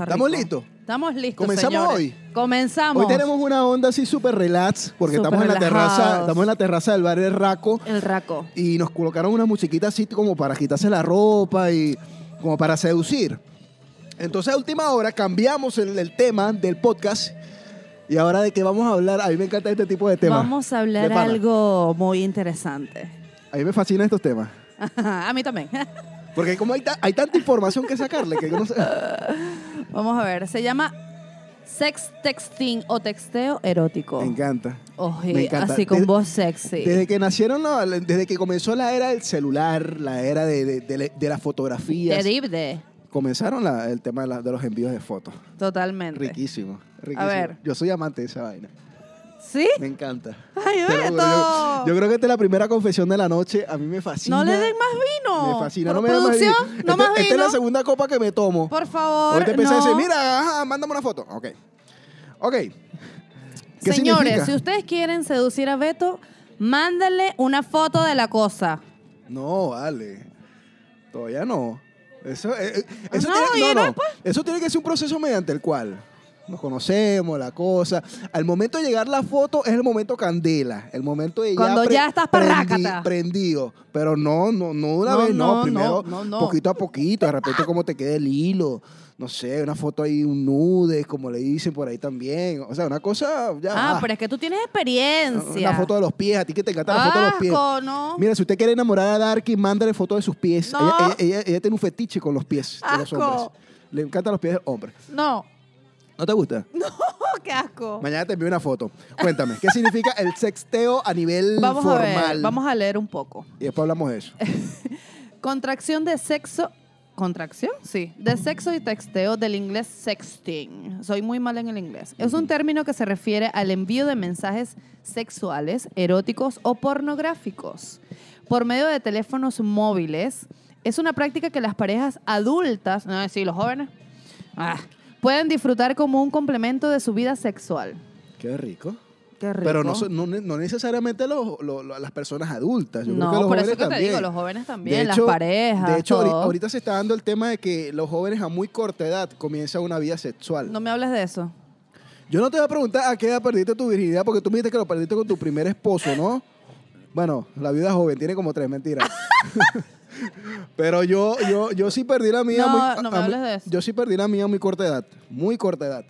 Está ¿Estamos rico. listos? Estamos listos. ¿Comenzamos señores. hoy? Comenzamos. Hoy tenemos una onda así súper relax, porque Súper estamos en la terraza, relajados. estamos en la terraza del bar El Raco el raco. y nos colocaron una musiquita así como para quitarse la ropa y como para seducir. Entonces a última hora cambiamos el, el tema del podcast y ahora de qué vamos a hablar, a mí me encanta este tipo de temas. Vamos a de hablar pana. algo muy interesante. A mí me fascinan estos temas. a mí también. Porque como hay, ta- hay tanta información que sacarle que yo no sé. Vamos a ver. Se llama sex texting o texteo erótico. Me encanta. Oye, me encanta. así con Desde- voz sexy. Desde que nacieron, no, desde que comenzó la era del celular, la era de, de, de la- de las fotografías, Terrible. comenzaron la- el tema de, la- de los envíos de fotos. Totalmente. Riquísimo, riquísimo. ver. Yo soy amante de esa vaina. ¿Sí? Me encanta. ¡Ay, Te lo Beto! juro, Yo, yo creo que esta es la primera confesión de la noche. A mí me fascina. no le den más vino. Me fascina. Por no me da más producción, vino. no Esta- más Esta es la vino. segunda copa que me tomo. Por favor, Ahorita empecé a no. decir, mira, ajá, mándame una foto. Ok. Ok. ¿Qué Señores, significa? si ustedes quieren seducir a Beto, mándenle una foto de la cosa. No, vale. Todavía no. Eso, eh, eh, eso Ah, no, tiene, y pues. no, no, no. Eso tiene que ser un proceso mediante el cual nos conocemos, la cosa. Al momento de llegar la foto es el momento candela, el momento de Cuando pre- ya estás parrácata. prendido. Pero no, no, no una No, vez, no. no, Primero, no, no, no. poquito a poquito, de repente cómo te queda el hilo. No sé, una foto ahí, un nude, como le dicen por ahí también. O sea, una cosa ya. Ah, va. pero es que tú tienes experiencia. una foto de los pies, a ti que te encanta la foto de los pies. Asco, ¿no? Mira, si usted quiere enamorar a Darky, mándale fotos de sus pies. No. Ella, ella- ella- ella tiene un fetiche con los pies de los Asco. hombres. Le encantan los pies de hombre. No. ¿No te gusta? Oh, qué asco. Mañana te envío una foto. Cuéntame, ¿qué significa el sexteo a nivel Vamos formal? a ver, vamos a leer un poco. Y después hablamos de eso. Contracción de sexo. ¿Contracción? Sí. De sexo y texteo del inglés sexting. Soy muy mal en el inglés. Es un término que se refiere al envío de mensajes sexuales, eróticos o pornográficos por medio de teléfonos móviles. Es una práctica que las parejas adultas, no sí, los jóvenes, ah, pueden disfrutar como un complemento de su vida sexual. Qué rico. Qué rico. Pero no, so- no, ne- no necesariamente los- lo- lo- las personas adultas. Yo creo No, que los por jóvenes eso que te también. digo, los jóvenes De también, hecho- las parejas. De hecho, ahori- todo. ahorita se está dando el tema de que los jóvenes a muy corta edad comienzan una vida sexual. No me hables de eso. Yo no te voy a preguntar a qué edad perdiste tu virginidad, porque tú me dijiste que lo perdiste con tu primer esposo, ¿no? Bueno, la viuda joven tiene como tres mentiras. Pero yo, yo, yo sí perdí la mía. No, muy, no me a- a muy- hables de eso. Yo sí perdí la mía a muy corta edad, muy corta edad.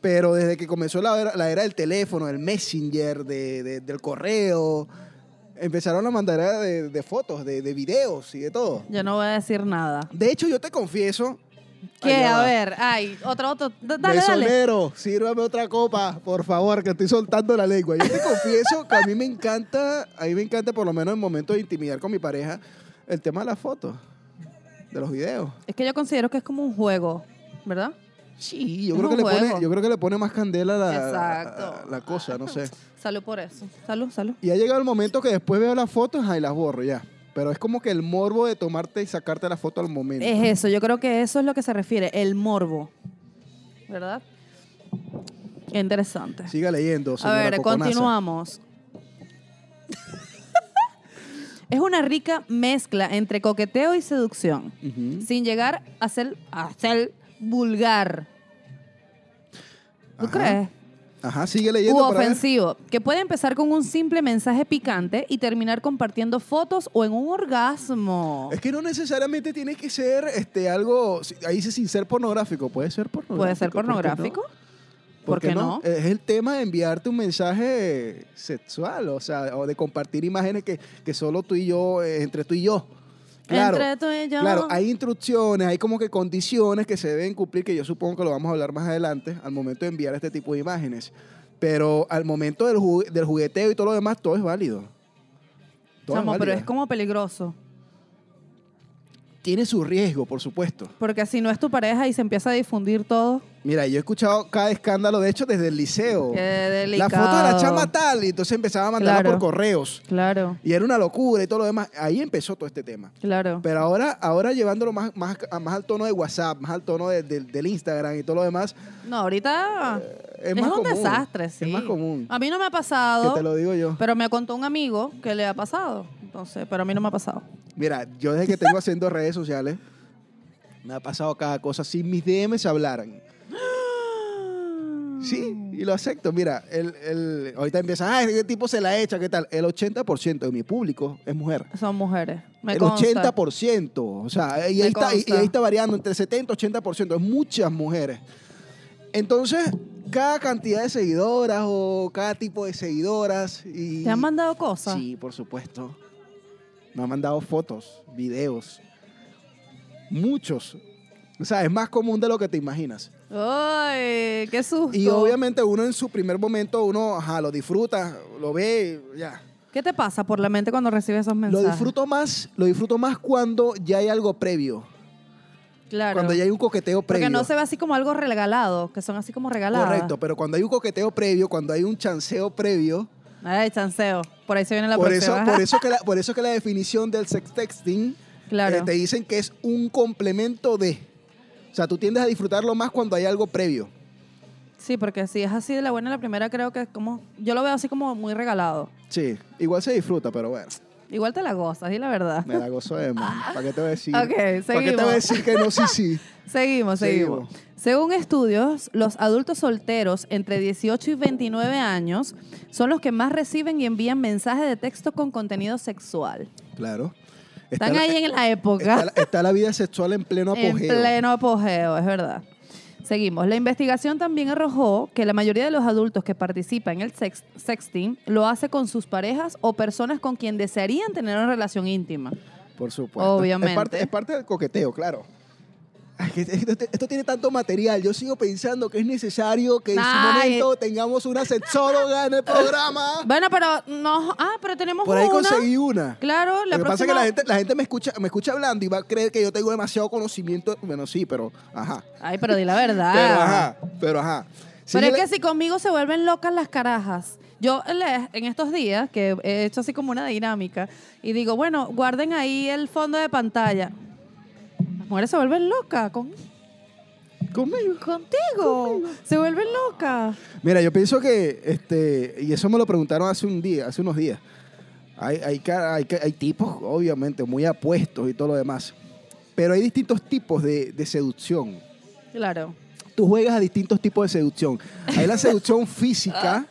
Pero desde que comenzó la era, la era del teléfono, del messenger, de- de- del correo, empezaron la mandar de, de fotos, de, de videos y de todo. Yo no voy a decir nada. De hecho, yo te confieso. Ay, ¿Qué? ya A va. ver, ay, otro, otro. Da- Dale, dale. Mesonero, sírvame otra copa, por favor, que estoy soltando la lengua. Yo te confieso que a mí me encanta, a mí me encanta por lo menos en momentos de intimidar con mi pareja, el tema de las fotos, de los videos. Es que yo considero que es como un juego, ¿verdad? Sí, yo Es creo, que un le pone, juego. yo creo que le pone más candela a la, Exacto. a- a la cosa, no sé. Salud por eso. Salud, salud. Y ha llegado el momento que después veo las fotos y las borro ya. Pero es como que el morbo de tomarte y sacarte la foto al momento. Es eso, yo creo que eso es lo que se refiere, el morbo. ¿Verdad? Qué interesante. Siga leyendo, A señora ver, Coconaza. continuamos. es una rica mezcla entre coqueteo y seducción, Ujú. sin llegar a ser, a ser vulgar. ¿Tú Ajá. crees? Ajá, sigue u leyendo para ver. ofensivo, que puede empezar con un simple mensaje picante y terminar compartiendo fotos o en un orgasmo. Es que no necesariamente tiene que ser este algo, si- ahí dice sin ser pornográfico, puede ser pornográfico. Puede ser ¿por qué no? pornográfico. ¿Por qué no? Eh, no? Es el tema de enviarte un mensaje sexual, o sea, o de compartir imágenes que, que solo tú y yo, eh, entre tú y yo. Claro, Entre tú y yo. claro, hay instrucciones, hay como que condiciones que se deben cumplir, que yo supongo que lo vamos a hablar más adelante, al momento de enviar este tipo de imágenes. Pero al momento del, ju- del jugueteo y todo lo demás, todo es válido. Todo Chamo, pero válido. es como peligroso. Tiene su riesgo, por supuesto. Porque si no es tu pareja y se empieza a difundir todo. Mira, yo he escuchado cada escándalo, de hecho, desde el liceo. Qué la delicado. foto de la chama tal, y entonces empezaba a mandarla Claro. por correos. Claro, Y era una locura y todo lo demás. Ahí empezó todo este tema. claro. Pero ahora, ahora llevándolo más, más, a- más al tono de WhatsApp, más al tono de- del- del Instagram y todo lo demás, No, ahorita Eh, es, Ah. es, un más común. desastre, sí. Ah, Es más común. A mí no me ha Que pasado, te lo digo yo. pero me contó un amigo que le ha pasado. Entonces, pero a mí no me ha pasado. Mira, yo desde que tengo haciendo redes sociales, Me ha pasado cada cosa. Si mis DM se hablaran. Sí, Mm. y lo acepto. Mira, el, el- ahorita empieza, ah, ¿qué tipo se la echa? ¿Qué tal? El 80% de mi público es mujer. Son mujeres. Me el consta. 80%. O sea, y Me ahí, está, y- y consta. ahí está variando entre 70 y 80%. Es muchas mujeres. Entonces, cada cantidad de seguidoras o cada tipo de seguidoras. Y, ¿Te han mandado cosas? Sí, por supuesto. Me han mandado fotos, videos. Muchos. O sea, es más común de lo que te imaginas. ¡Ay! ¡Qué susto! Y obviamente uno en su primer momento, uno ajá, lo disfruta, lo ve, ya. ¿Qué te pasa por la mente cuando recibes esos Lo mensajes? disfruto más, lo disfruto más cuando ya hay algo previo, Claro. cuando ya hay un coqueteo Porque previo. no se ve así como algo regalado, que son así como regaladas. Correcto, pero cuando hay un coqueteo previo, cuando hay un chanceo previo, Nada de chanceo. Por ahí se viene la por eso, próxima. por eso que la, por eso que la definición del sex texting Claro. eh, te dicen que es un complemento de. O sea, tú tiendes a disfrutarlo más cuando hay algo previo. Sí, porque si es así de la buena la primera, creo que es como. Yo lo veo así como muy regalado. Sí, igual se disfruta, pero bueno, Igual te la gozas, di la verdad. me la gozo de más. ¿Para qué te voy a decir? Ok, ¿Para qué te voy seguimos. a decir que no sí sí? Seguimos, seguimos. Según estudios, los adultos solteros entre 18 y 29 años son los que más reciben y envían mensajes de texto con contenido sexual. Claro. Está Están la- eh, ahí en la época. Está, la- está la vida sexual en pleno apogeo. En pleno apogeo, es verdad. Seguimos. La investigación también arrojó que la mayoría de los adultos que participan en el sex- sexting lo hace con sus parejas o personas con quien desearían tener una relación íntima. Por supuesto. Obviamente. Es parte, es parte del coqueteo, claro. Ay, que Esto, esto tiene tanto material. Yo sigo pensando que es necesario que en Ay. su momento tengamos una sexóloga en el programa. Bueno, pero no. Ah, pero tenemos Por ahí una. conseguí una. Claro, la Lo que pasa es próxima- que la gente, la gente me, escucha, me escucha hablando y va a creer que yo tengo demasiado conocimiento. Bueno, sí, pero ajá. Ay, pero di la verdad. Pero ajá. Pero Ah. ajá. Pero es Síguele- que si conmigo se vuelven locas las carajas. Yo le- en estos días, que he hecho así como una dinámica, y digo, bueno, guarden ahí el fondo de pantalla. Las mujeres se vuelven locas con, Conmigo. contigo. Se vuelven locas. Mira, yo pienso que, este, y eso me lo preguntaron hace un día, hace unos días. Hay, hay, ca- hay, ca- hay tipos, obviamente, muy apuestos y todo lo demás. Pero hay distintos tipos de, de seducción. Claro. Tú juegas a distintos tipos de seducción. Hay la seducción física,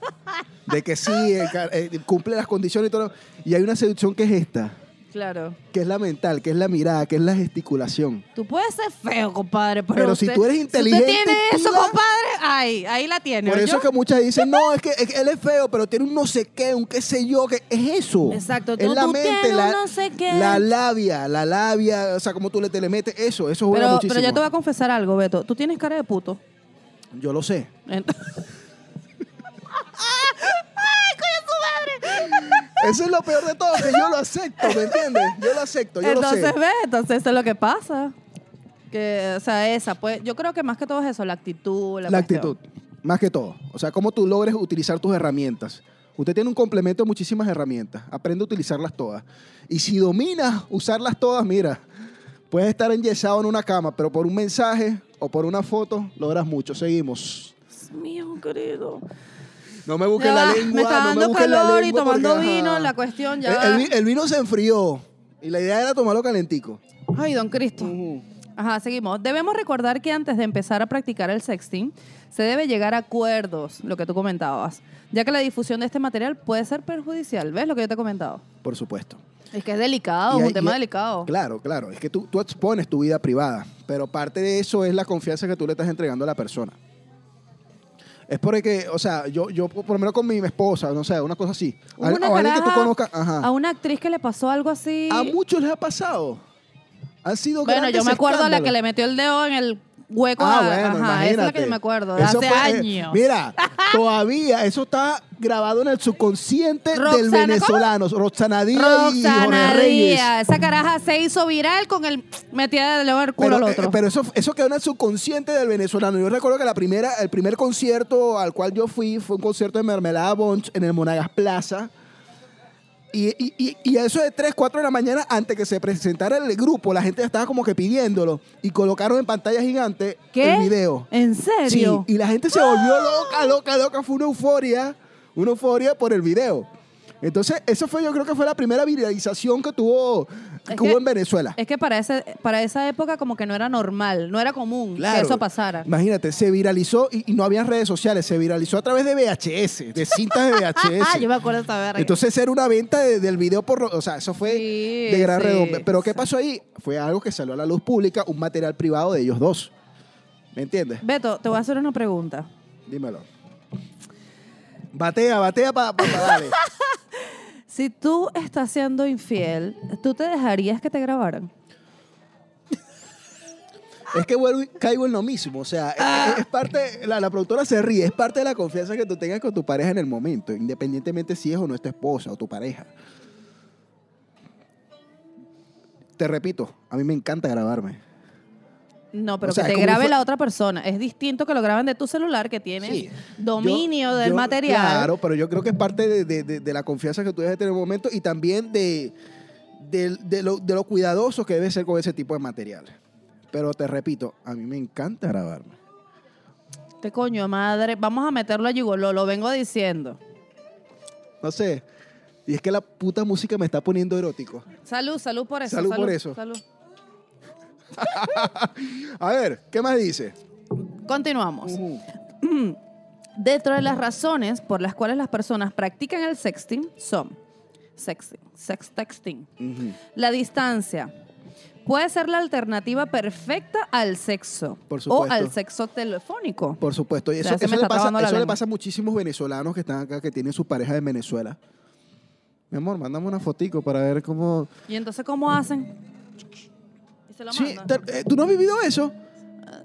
de que sí, el ca- eh, cumple las condiciones y todo. lo- Y hay una seducción que es esta, Claro. que es la mental, que es la mirada, que es la gesticulación. Tú puedes ser feo, compadre, pero, Pero si usted- tú eres inteligente, Si usted tiene tú eso, la- compadre, ahí, ahí la tiene. Por eso ¿oyó? es que muchas dicen, no, es que, es que él es feo, pero tiene un no sé qué, un qué sé yo, que es eso. Exacto, es tú- la tú mente, tienes la, un no sé qué. la labia, la labia, o sea, como tú le, te le metes, eso, eso juega pero, muchísimo. pero yo te voy a confesar algo, Beto. Tú tienes cara de puto. Yo lo sé. Ent- Eso es lo peor de todo, que yo lo acepto, ¿me entiendes? Yo lo acepto, yo entonces, lo sé. ¿ves? Entonces, eso es lo que pasa. Que, o sea, esa, pues, yo creo que más que todo es eso, la actitud. La, La cuestión. actitud, más que todo. O sea, cómo tú logres utilizar tus herramientas. Usted tiene un complemento de muchísimas herramientas. Aprende a utilizarlas todas. Y si dominas usarlas todas, mira, puedes estar enyesado en una cama, pero por un mensaje o por una foto logras mucho. Seguimos. Dios mío, querido. No me busquen Ya la va, lengua. me está no dando busquen la calor y lengua porque, tomando ajá. Eh, vino, la cuestión ya El- El, va. vi- el vino se enfrió y la idea era tomarlo calentico. Ay, don Cristo. Ujú. Ajá, seguimos. Debemos recordar que antes de empezar a practicar el sexting, se debe llegar a acuerdos, lo que tú comentabas, ya que la difusión de este material puede ser perjudicial. ¿Ves lo que yo te he comentado? Por supuesto. Es que es delicado, Y Ah, es hay- un tema y- delicado. Claro, claro. Es que tú, tú expones tu vida privada, pero parte de eso es la confianza que tú le estás entregando a la persona. Es porque, o sea, yo, yo por lo menos con mi esposa, no sé, una cosa así. Hubo Al- una o alguien que tú caraja- conozcas, ajá. Ah, A una actriz que le pasó algo así. A muchos les ha pasado. Han sido Bueno, grandes yo me acuerdo a la que escándalos. le metió el dedo en el hueco. Ah, a- bueno, ajá, esa imagínate. es la que yo me acuerdo, de Eso hace fue, eh, años. mira, todavía eso está grabado en el subconsciente del Roxana, venezolano, Roxana Díaz y Jorge Roxana Reyes. Díaz, esa caraja se hizo viral con el metida de dedo en el culo Pero, al eh, otro. pero eso, eso quedó en el subconsciente del venezolano. Yo recuerdo que la primera, el primer concierto al cual yo fui fue un concierto de Mermelada Bunch en el Monagas Plaza. Y, y, y- y a eso de 3, 4 de la mañana, antes que se presentara el grupo, la gente ya estaba como que pidiéndolo. Y colocaron en pantalla gigante ¿Qué? el video. ¿En Sí, serio? y la gente se volvió loca, loca, loca. Fue una euforia, una euforia por el video. Entonces, esa fue, yo creo que fue la primera viralización que tuvo, que Es hubo que- en Venezuela. Es que para, ese, para esa época como que no era normal, no era común que Claro. eso pasara. Imagínate, se viralizó y, y no había redes sociales, se viralizó a través de VHS, de cintas de Ah, yo VHS. me acuerdo de esa verga. Entonces era una venta de- del video por, o sea, eso fue Sí, de gran sí, renombre. Pero ¿qué sí. pasó ahí? Fue algo que salió a la luz pública, un material privado de ellos dos. ¿Me entiendes? Beto, te voy a hacer una pregunta. Dímelo. Batea, batea para pa, pa- dale. Si tú estás siendo infiel, ¿tú te dejarías que te grabaran? Es que vuelvo y caigo en lo mismo. O sea, Ah. es, es parte, la, la productora se ríe, es parte de la confianza que tú tengas con tu pareja en el momento, independientemente si es o no es tu esposa o tu pareja. Te repito, a mí me encanta grabarme. No, pero O sea, que te como grabe fue- la otra persona. Es distinto que lo graben de tu celular que tienes Sí. dominio Yo- del yo- material. Claro, pero yo creo que es parte de, de- de- de la confianza que tú debes tener en el momento y también de, de- de lo, de lo cuidadoso que debes ser con ese tipo de material. Pero te repito, a mí me encanta grabarme. Te Este coño madre, vamos a meterlo a Yugolo, lo vengo diciendo. No sé. Y es que la puta música me está poniendo erótico. Salud, salud por eso. Salud por eso. salud. A ver, ¿qué más dice? Continuamos. Ujú. Dentro de las razones por las cuales las personas practican el sexting son sexting, sex texting, Ujú. la distancia. Puede ser la alternativa perfecta al sexo Por o supuesto. al sexo telefónico. Por supuesto. Ya Y eso, se me eso le, está pasa, trabando la eso le lengua. pasa a muchísimos venezolanos que están acá, que tienen su pareja en Venezuela. Mi amor, mándame una fotico para ver cómo... ¿Y entonces cómo hacen? ¿Y se lo Sí, mandan? te- eh, ¿Tú no has vivido eso?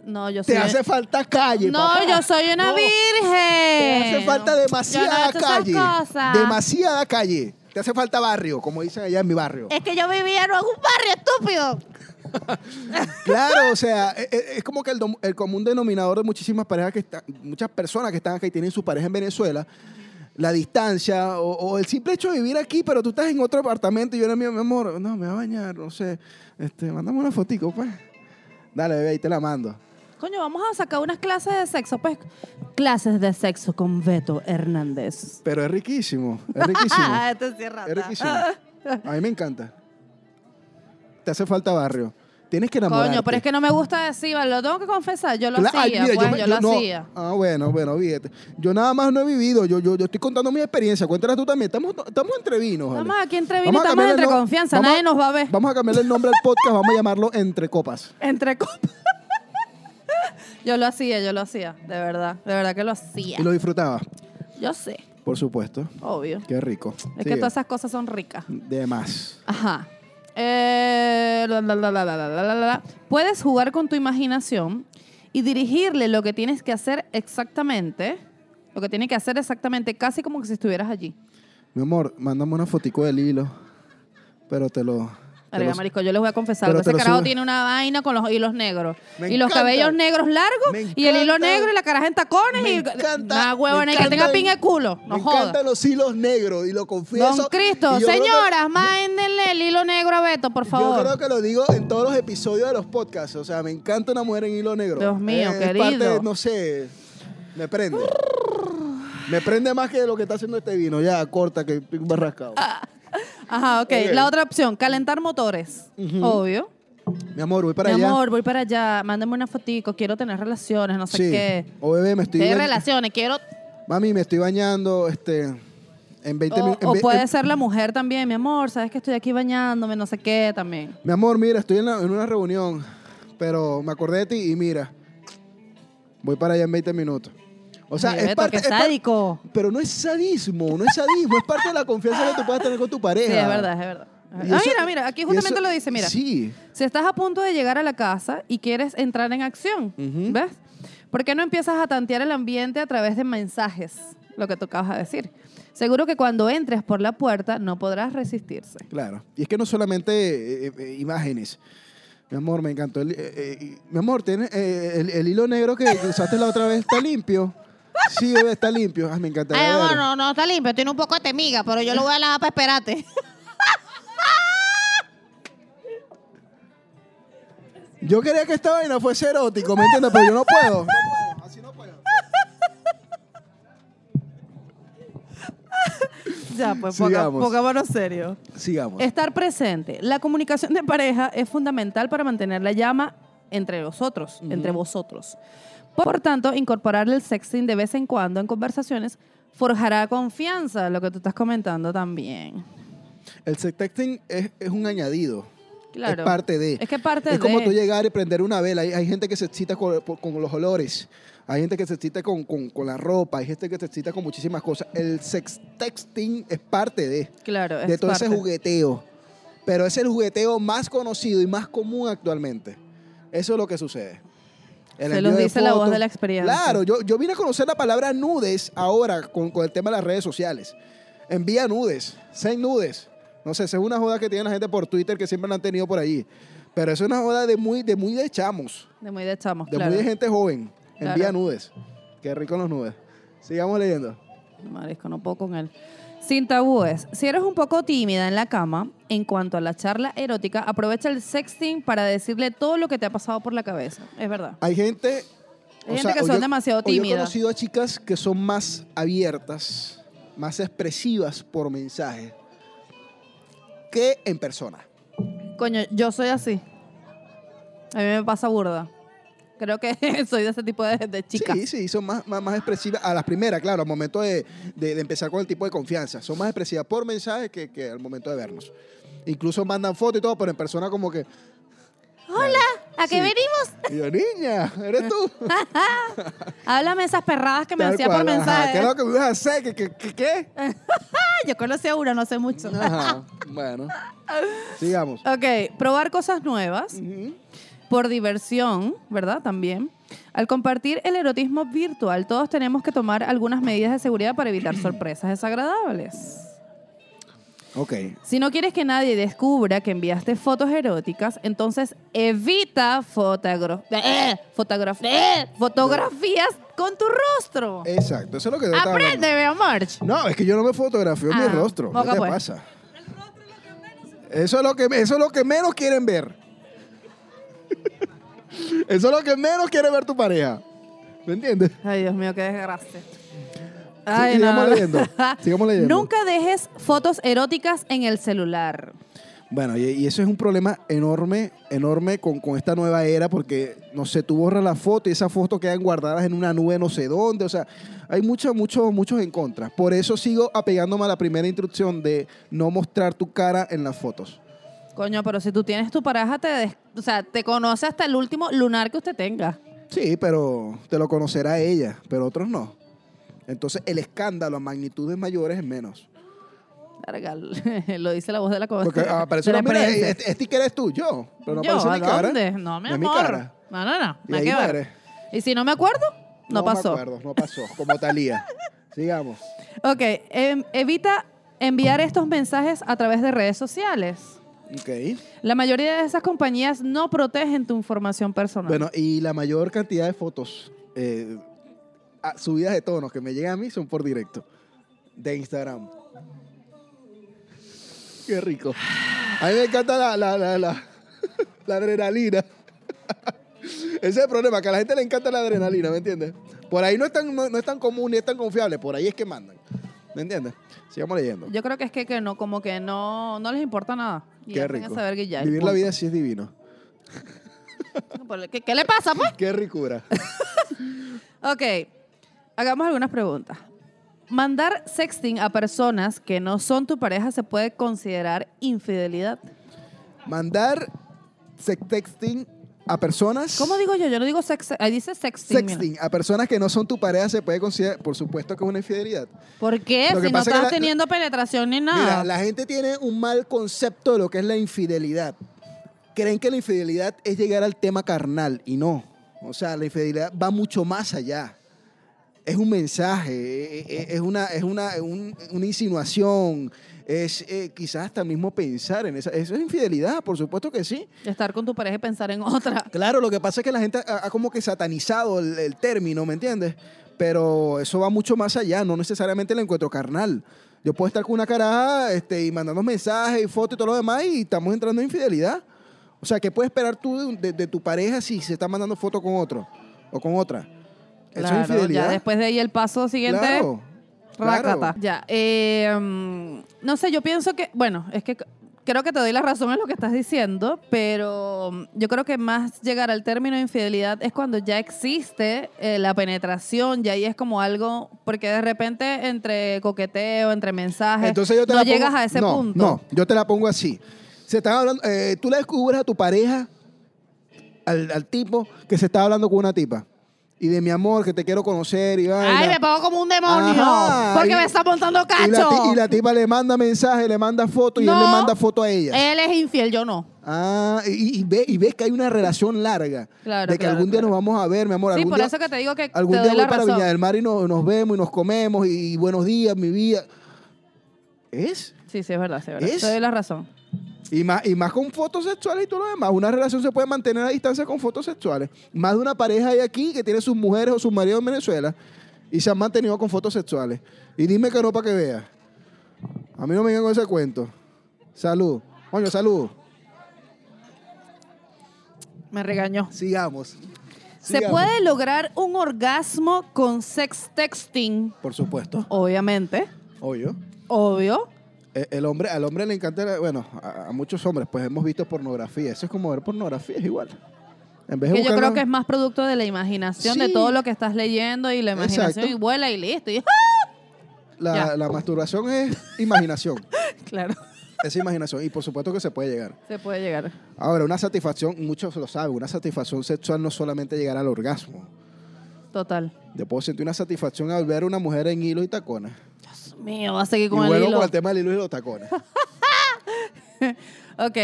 No, yo Te soy- hace falta calle, No, papá. yo soy una No, virgen. Te hace falta Yo no he demasiada hecho esas calle. cosas. Demasiada calle. Te hace falta barrio, como dicen allá en mi barrio. Es que yo vivía en un barrio estúpido. Claro, o sea, e- e- es, como que el, dom- el común denominador de muchísimas parejas que están, muchas personas que están acá y tienen su pareja en Venezuela, la distancia o, o el simple hecho de vivir aquí, pero tú estás en otro apartamento y yo era mío, mi amor, no, me va a bañar, no sé, este, mándame una fotico, pues. Dale, bebé, ahí te la mando. Coño, vamos a sacar unas clases de sexo, pues. Clases de sexo con Beto Hernández. Pero es riquísimo, es riquísimo. Ah, esto sí es rata. Ah. Es riquísimo. A mí me encanta. Te hace falta barrio. Tienes que enamorarte. Coño, pero es que no me gusta decir, lo tengo que confesar, yo lo Cla- ay, hacía, mira, pues, yo, me- lo no- hacía. Ah, bueno, bueno, fíjate. Yo nada más no he vivido. Yo, yo, yo estoy contando mi experiencia. Cuéntalas tú también. Estamos, estamos entre vinos. vale. Estamos aquí entre vino, Vamos a estamos cambiarle entre el nom- confianza, vamos a- nadie nos va a ver. Vamos a cambiarle el nombre al podcast. vamos a llamarlo Entre Copas. Entre copas. yo lo hacía, yo lo hacía, de verdad, de verdad que lo hacía. Y lo disfrutaba, Yo sé, por supuesto. obvio. Qué rico. Es Sigue. que todas esas cosas son ricas. De más. Ajá. Eh, la, la, la, la, la, la, la, la. Puedes jugar con tu imaginación y dirigirle lo que tienes que hacer exactamente, lo que tiene que hacer exactamente, casi como que si estuvieras allí. Mi amor, mándame una fotico del hilo. Pero te lo... te Verga, lo- marico, yo les voy a confesar, pero algo. te ese lo carajo sube. tiene una vaina con los hilos negros. Me y los encanta. cabellos negros Me largos, y el hilo encanta. negro, y la caraja en tacones, Me y encanta, una huevona, me y que tenga encanta- pinga de culo. No me jodas. encantan los hilos negros y lo confieso. Don Cristo, Y yo creo que- señoras, mándenle el hilo negro a Beto, por favor. Yo creo que lo digo en todos los episodios de los podcasts. O sea, me encanta una mujer en hilo negro. Eh, Dios mío, es querido. parte de, no sé, me prende. Me prende más que lo que está haciendo este vino. Ya, corta, que estoy barrascado. Ah. Ajá, ok. Ok. La otra opción, calentar motores. Obvio. Mi amor, voy para Mi allá. amor, voy para allá, mándame una fotico, quiero tener relaciones, no sé sí. qué. O bebé, me estoy Tener bañ- relaciones, quiero... Mami, me estoy bañando, este, en 20 O, minutos. o puede ser la mujer también, mi amor, sabes que estoy aquí bañándome, no sé qué también. Mi amor, mira, estoy en, la- en una reunión, pero me acordé de ti y mira, voy para allá en 20 minutos. O sea, Ay, es Beto, parte, qué es par- sádico. Pero no es sadismo, no es sadismo, es parte de la confianza que tú puedas tener con tu pareja. Sí, es verdad, es verdad. Ah, Y eso- mira, mira, aquí y justamente eso- lo dice, mira. Sí. Si estás a punto de llegar a la casa y quieres entrar en acción, Ujú. ¿ves? ¿Por qué no empiezas a tantear el ambiente a través de mensajes? Lo que tú acabas de decir. Seguro que cuando entres por la puerta no podrás resistirse. Claro. Y es que no solamente eh, eh, imágenes. Mi amor, me encantó. el- eh, eh, mi amor, ¿tienes, eh, el, el hilo negro que usaste la otra vez está limpio. Sí, bebé, está limpio. Ah, me encantaría Ay, amor, ver. no, no está limpio, tiene un poco de temiga, pero yo lo voy a lavar para esperarte. Yo quería que esta vaina fuese erótico, ¿me entiendes? Pero yo no puedo. No puedo, así no puedo. Ya, pues ponga- Sigamos. pongámonos serio. Sigamos. Estar presente. La comunicación de pareja es fundamental para mantener la llama entre los otros, entre vosotros. Por tanto, incorporar el sexting de vez en cuando en conversaciones forjará confianza, lo que tú estás comentando también. El sexting es, es un añadido. Claro. Es parte de. Es que parte Es como de. tú llegar y prender una vela. Hay, hay gente que se excita con, por- con los olores. Hay gente que se excita con, con- con la ropa. Hay gente que se excita con muchísimas cosas. El sexting es parte de, claro, es de todo ese parte. jugueteo. Pero es el jugueteo más conocido y más común actualmente. Eso es lo que sucede. El Se envío los dice la voz fotos. de la experiencia. Claro, yo, yo vine a conocer la palabra nudes ahora con, con el tema de las redes sociales. Envía nudes, send nudes. No sé, esa es una joda que tiene la gente por Twitter que siempre la han tenido por ahí. Pero es una joda de muy de, muy de chamos, De muy de chamos, de claro. muy de gente joven. Envía Claro. nudes. Qué rico los nudes. Sigamos leyendo. Marisco, no puedo con él. Sin tabúes. Si eres un poco tímida en la cama, en cuanto a la charla erótica, aprovecha el sexting para decirle todo lo que te ha pasado por la cabeza. Es verdad. Hay gente... Hay gente que son demasiado o Yo he tímidas. conocido a chicas que son más abiertas, más expresivas por mensaje que en persona. Coño, yo soy así. A mí me pasa burda. Creo que soy de ese tipo de, de chicas. Sí, sí, son más, más, más expresivas. A las primeras, claro, al momento de, de- de empezar con el tipo de confianza. Son más expresivas por mensaje que, que al momento de vernos. Incluso mandan fotos y todo, pero en persona como que... Hola, ¿A qué venimos? Y yo, niña, ¿eres tú? Háblame esas perradas que me Tal hacía por cual, ajá, mensaje. ¿Qué es lo que me ibas a hacer? ¿Qué? qué, qué, qué? Ah, yo conocí a una no hace mucho. Ajá, bueno. Sigamos. ok, probar cosas nuevas. Ujú. por diversión, ¿verdad? También. Al compartir el erotismo virtual, todos tenemos que tomar algunas medidas de seguridad para evitar sorpresas desagradables. Ok. Si no quieres que nadie descubra que enviaste fotos eróticas, entonces evita fotogro- eh, fotogra- eh, fotografías con tu rostro. Exacto, eso es lo que yo estaba Eh, hablando. Aprende, mi amor. No, es que yo no me fotografío mi Ah, rostro. ¿Qué boca te pues. pasa? Eso es lo que eso es lo que menos quieren ver. Eso es lo que menos quiere ver tu pareja. ¿Me entiendes? Ay, Dios mío, qué desgracia. sigamos leyendo, sigamos leyendo. Nunca dejes fotos eróticas en el celular. Bueno, y, y eso es un problema enorme, enorme con, con esta nueva era, porque, no sé, tú borras la foto y esas fotos quedan guardadas en una nube no sé dónde, o sea, hay muchos, muchos, muchos en contra. Por eso sigo apegándome a la primera instrucción de no mostrar tu cara en las fotos. Coño, pero si tú tienes tu pareja, te des- o sea, te conoce hasta el último lunar que usted tenga. Sí, pero te lo conocerá ella, pero otros no. Entonces el escándalo a magnitudes mayores es menos. Verga, Lo dice la voz de la cosa. Porque ah, aparece una mira, eh, este, este que eres tú, yo. Pero no Yo, aparece ¿a mi cara. dónde? No, mi No es mi amor. cara. No, no, no. Y nada ahí que ver. muere. Y si no me acuerdo, no, pasó. Me acuerdo, no pasó, como Talía. Sigamos. Ok, em, evita enviar estos mensajes a través de redes sociales. Ok. La mayoría de esas compañías no protegen tu información personal. Bueno, y la mayor cantidad de fotos, eh, a- subidas de tonos que me llegan a mí son por directo de Instagram. Qué rico. A mí me encanta la, la, la, la, la adrenalina. Ese es el problema, que a la gente le encanta la adrenalina, ¿me entiendes? Por ahí no es tan, no, no es tan común ni es tan confiable, por ahí es que mandan. ¿Me entiendes? Sigamos leyendo. Yo creo que es que, que no, como que no, no les importa nada. Y Qué hacen rico. esa verga y ya, y Vivir la punto. vida sí es divino. ¿Qué, qué le pasa, pues? Qué ricura. Ok, hagamos algunas preguntas. ¿Mandar sexting a personas que no son tu pareja se puede considerar infidelidad? Mandar sex texting a personas. ¿Cómo digo yo? Yo no digo sex, ahí dice sexting. mira. Sexting a personas que no son tu pareja se puede considerar, por supuesto que es una infidelidad. ¿Por qué? Lo que Si no pasa es que estás la- teniendo penetración ni Mira, nada. la gente tiene un mal concepto de lo que es la infidelidad. Creen que la infidelidad es llegar al tema carnal y no. O sea, la infidelidad va mucho más allá. Es un mensaje, eh, eh, es una, es una, un- una insinuación, es eh, quizás hasta mismo pensar en esa. Eso es infidelidad, por supuesto que sí. Estar con tu pareja y pensar en otra. Claro, lo que pasa es que la gente ha, ha como que satanizado el, el término, ¿me entiendes? Pero eso va mucho más allá, no necesariamente el encuentro carnal. Yo puedo estar con una caraja este, y mandando mensajes y fotos y todo lo demás y estamos entrando en infidelidad. O sea, ¿qué puedes esperar tú de, un- de- de tu pareja si se está mandando fotos con otro o con otra? Eso Claro, es infidelidad. Ya después de ahí el paso siguiente. Claro. Claro. Rácata. Ya. eh, mm, no sé, yo pienso que, bueno, es que c- creo que te doy la razón en lo que estás diciendo, pero mm, yo creo que más llegar al término de infidelidad es cuando ya existe eh, la penetración, ya ahí es como algo, porque de repente entre coqueteo, entre mensajes, Entonces yo te no la pongo- llegas a ese no, punto. No, yo te la pongo así. Se están hablando, eh, tú le descubres a tu pareja, al, al tipo que se está hablando con una tipa. Y de mi amor, que te quiero conocer, y vaina. Ay, me pongo como un demonio. Ajá, porque y- me está montando y, la, ti- cacho. y la tipa le manda mensaje, le manda foto, y él le No. manda foto a ella. Eh. Él es infiel, yo no. Ah, y, y ve- y ves que hay una relación larga. Claro, de que claro, algún día claro. nos vamos a ver, mi amor. Sí, algún por día, eso que te digo que te algún día doy voy la para Viña razón. del Mar y no- nos vemos y nos comemos y, buenos días, mi vida. ¿Es? Sí, sí, es verdad, sí, es verdad. ¿Es? Te doy la razón. Y más, y más con fotos sexuales y todo lo demás. Una relación se puede mantener a distancia con fotos sexuales. Más de una pareja hay aquí que tiene sus mujeres o sus maridos en Venezuela y se han mantenido con fotos sexuales. Y dime que no para que veas. A mí no me vengan con ese cuento. Salud. Coño, salud. Me regañó. Sigamos. ¿Se Sigamos. puede lograr un orgasmo con sex texting? Por supuesto. Obviamente, Obvio. obvio. Eh, El hombre, al hombre le encanta, la- bueno, a, a muchos hombres, pues hemos visto pornografía. Eso es como ver pornografía, es igual. En vez de Que yo buscar creo la- que es más producto de la imaginación, de Sí. todo lo que estás leyendo y la imaginación Exacto. y vuela y listo. y- la, ya. la masturbación es imaginación. claro, es imaginación. Y por supuesto que se puede llegar. se puede llegar. Ahora, una satisfacción, muchos lo saben, una satisfacción sexual no es solamente llegar al orgasmo. Total. Yo puedo sentir una satisfacción al ver a una mujer en hilo y tacones. Dios mío, va a seguir Y con el vuelvo hilo. con el tema del hilo y los tacones. Ok,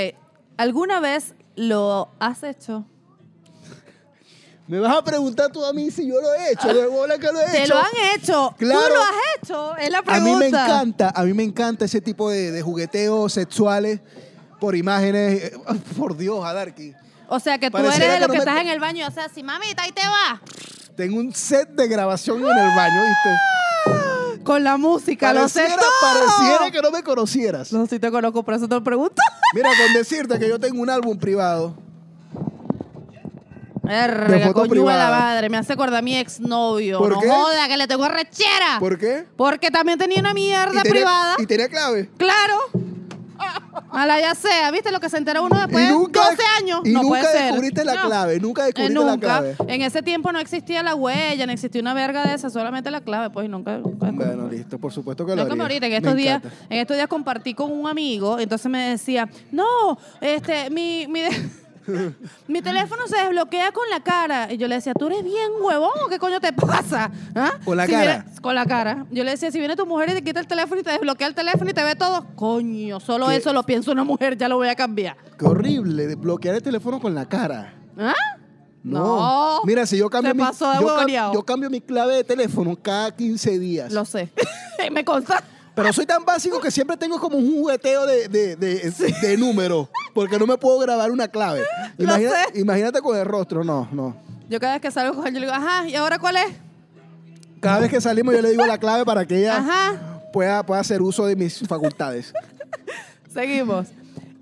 ¿alguna vez lo has hecho? Me vas a preguntar tú a mí si yo lo he hecho. De bola que lo he ¿Te hecho. lo han hecho? ¿Tú Claro. lo has hecho? Es la A pregunta. mí me encanta, a mí me encanta ese tipo de, de jugueteos sexuales por imágenes. Eh, ay, Por Dios, Adarki. O sea, que tú Pareciera eres de que los no que me- estás en el baño. O sea, si mamita, ahí te va. Tengo un set de grabación en el baño, ¿viste? Con la música, ¡Ah! lo sé Pareciera, todo. pareciera que no me conocieras. No, si te conozco, por eso te lo pregunto. Mira, con decirte que yo tengo un álbum privado. Erga, foto coño de la privada. madre. Me hace acordar a mi exnovio. ¿Por no qué? jodas. Joda, que le tengo Ah. arrechera. ¿Por qué? Porque también tenía una mierda tenía- privada. Y tenía clave. Claro. Mala ya sea, ¿viste lo que se entera uno después y nunca, de 12 Pues, años? y no puede nunca ser. descubriste la No. clave. Nunca Eh, descubriste la nunca. clave. En ese tiempo no existía la huella, no existía una verga de esa, solamente la clave, pues y nunca. nunca Bueno, listo, por supuesto que lo no como haría. ahorita, que Me estos días, encanta. en estos días compartí con un amigo, entonces me decía, no, este, mi, mi, de- mi teléfono se desbloquea con la cara. Y yo le decía, tú eres bien huevón, ¿o ¿qué coño te pasa? ¿Ah? ¿Con la Si cara? viene- con la cara. Yo le decía, si viene tu mujer y te quita el teléfono y te desbloquea el teléfono y te ve todo, coño, solo ¿Qué? eso lo pienso una mujer, ya lo voy a cambiar. Qué horrible, de bloquear el teléfono con la cara. ¿Ah? No. No. Mira, si yo cambio, Se mi, pasó de yo, cam- huevoneado. yo cambio mi clave de teléfono cada 15 días. Lo sé. me consta. Pero soy tan básico que siempre tengo como un jugueteo de, de, de, de número, porque no me puedo grabar una clave. Lo Imagina- sé. Imagínate con el rostro, no, no. Yo cada vez que salgo con él, yo le digo, ajá, ¿y ahora cuál es? Cada vez que salimos yo le digo la clave para que ella Ajá. pueda, pueda hacer uso de mis facultades. Seguimos.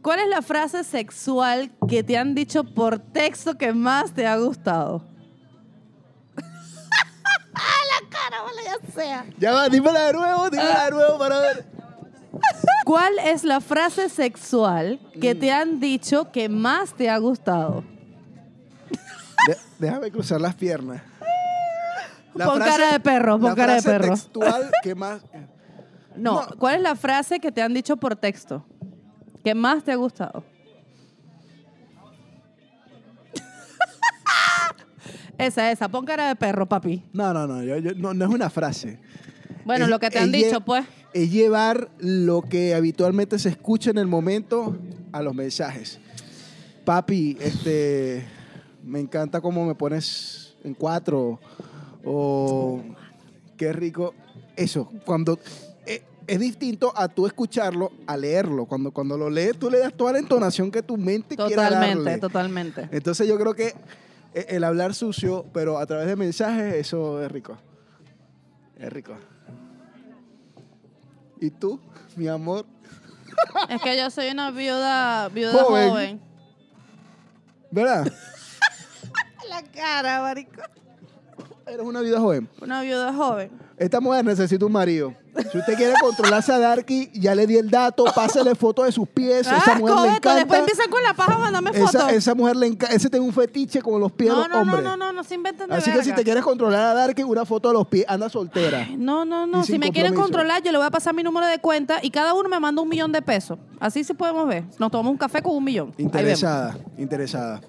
¿Cuál es la frase sexual que te han dicho por texto que más te ha gustado? Cara, vale, ya sea. Ya va, dímela de nuevo, dímela de nuevo para ver. ¿Cuál es la frase sexual que te han dicho que más te ha gustado? De- déjame cruzar las piernas. Pon cara de perro, pon la cara de frase perro. textual que más... No, No. ¿cuál es la frase que te han dicho por texto que más te ha gustado? esa, esa, pon cara de perro, papi. No, no, no, yo- yo- no, no es una frase. Bueno, Es- lo que te han es lle- dicho, pues. Es llevar lo que habitualmente se escucha en el momento a los mensajes. Papi, este, me encanta cómo me pones en cuatro. O qué rico. Eso, cuando eh, es distinto a tú escucharlo a leerlo. Cuando, cuando lo lees, tú le das toda la entonación que tu mente quiera Totalmente, darle. totalmente. Entonces yo creo que eh, el hablar sucio, pero a través de mensajes, eso es rico. Es rico. ¿Y tú, mi amor? Es que yo soy una viuda, viuda Joven. joven. ¿Verdad? La cara, marico. Eres una vida joven. Una viuda joven. Esta mujer necesita un marido. Si usted quiere controlar a Darky, ya le di el dato, pásale fotos de sus pies. esa Ah, mujer le cobeto, encanta. después empiezan con la paja, mándame fotos. Esa, esa mujer le encanta. Ese tiene un fetiche con los pies de no, los no, no, hombres. no, no, no se inventen de Así que si verga. te quieres controlar a Darky, una foto de los pies, anda soltera. No, no, no. Y Si sin me quieren compromiso. controlar, yo le voy a pasar mi número de cuenta y cada uno me manda un millón de pesos. Así sí podemos ver. Nos tomamos un café con un millón. Ahí vemos. Interesada, interesada.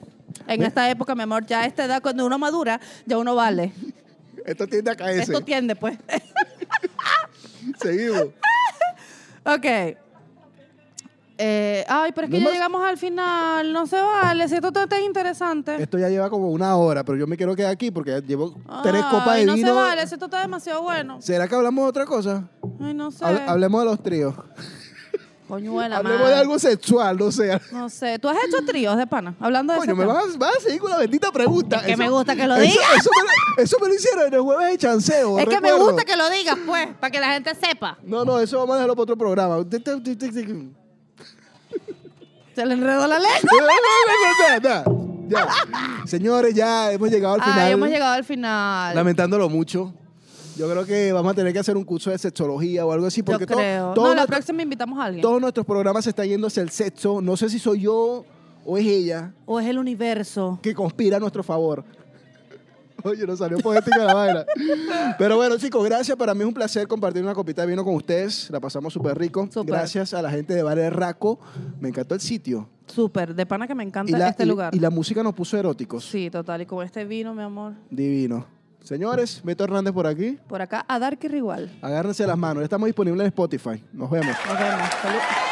En esta época, mi amor, ya a esta edad, cuando uno madura, ya uno vale. Esto tiende a caerse. Esto tiende, pues. Seguimos. ok. Eh, ay, pero es que ¿No ya más? llegamos al final. No se vale. Si esto tan es interesante. Esto ya lleva como una hora, pero yo me quiero quedar aquí porque llevo tres copas Ay, de no vino. se vale. Si esto está demasiado bueno. ¿Será que hablamos de otra cosa? Ay, no sé. Hable- hablemos de los tríos. Coño de la Hablemos madre. de algo sexual, no sé. No sé. ¿Tú has hecho tríos de pana? Hablando de Coño, ese me tema. vas, vas a seguir con la bendita pregunta. Es que me gusta que lo eso- digas. Eso, me lo, eso me lo hicieron en el jueves de chanceo. Es que me recuerdo. gusta que lo digas, pues, para que la gente sepa. No, no, eso vamos a dejarlo para otro programa. Se le enredó la lengua. Ya. Señores, ya hemos llegado al final. Ay, Ah, hemos llegado al final. Lamentándolo mucho. Yo creo que vamos a tener que hacer un curso de sexología o algo así. Porque Yo todo- creo. todo no, la nuestro- próxima invitamos a alguien. todos nuestros programas se están yendo hacia el sexo. No sé si soy yo o es ella O es el universo. que conspira a nuestro favor. Oye, nos salió poética la vaina. Pero bueno, chicos, gracias. Para mí es un placer compartir una copita de vino con ustedes. La pasamos súper rico. Súper. Gracias a la gente de Bar El Raco. Me encantó el sitio. Súper, de pana que me encanta este y- lugar. y la música nos puso eróticos. Sí, total. Y con este vino, mi amor. Divino. Señores, Beto Hernández por aquí. Por acá, a Darky Rigual. Agárrense las manos. Ya Estamos disponibles en Spotify. Nos vemos. Nos vemos. Salud.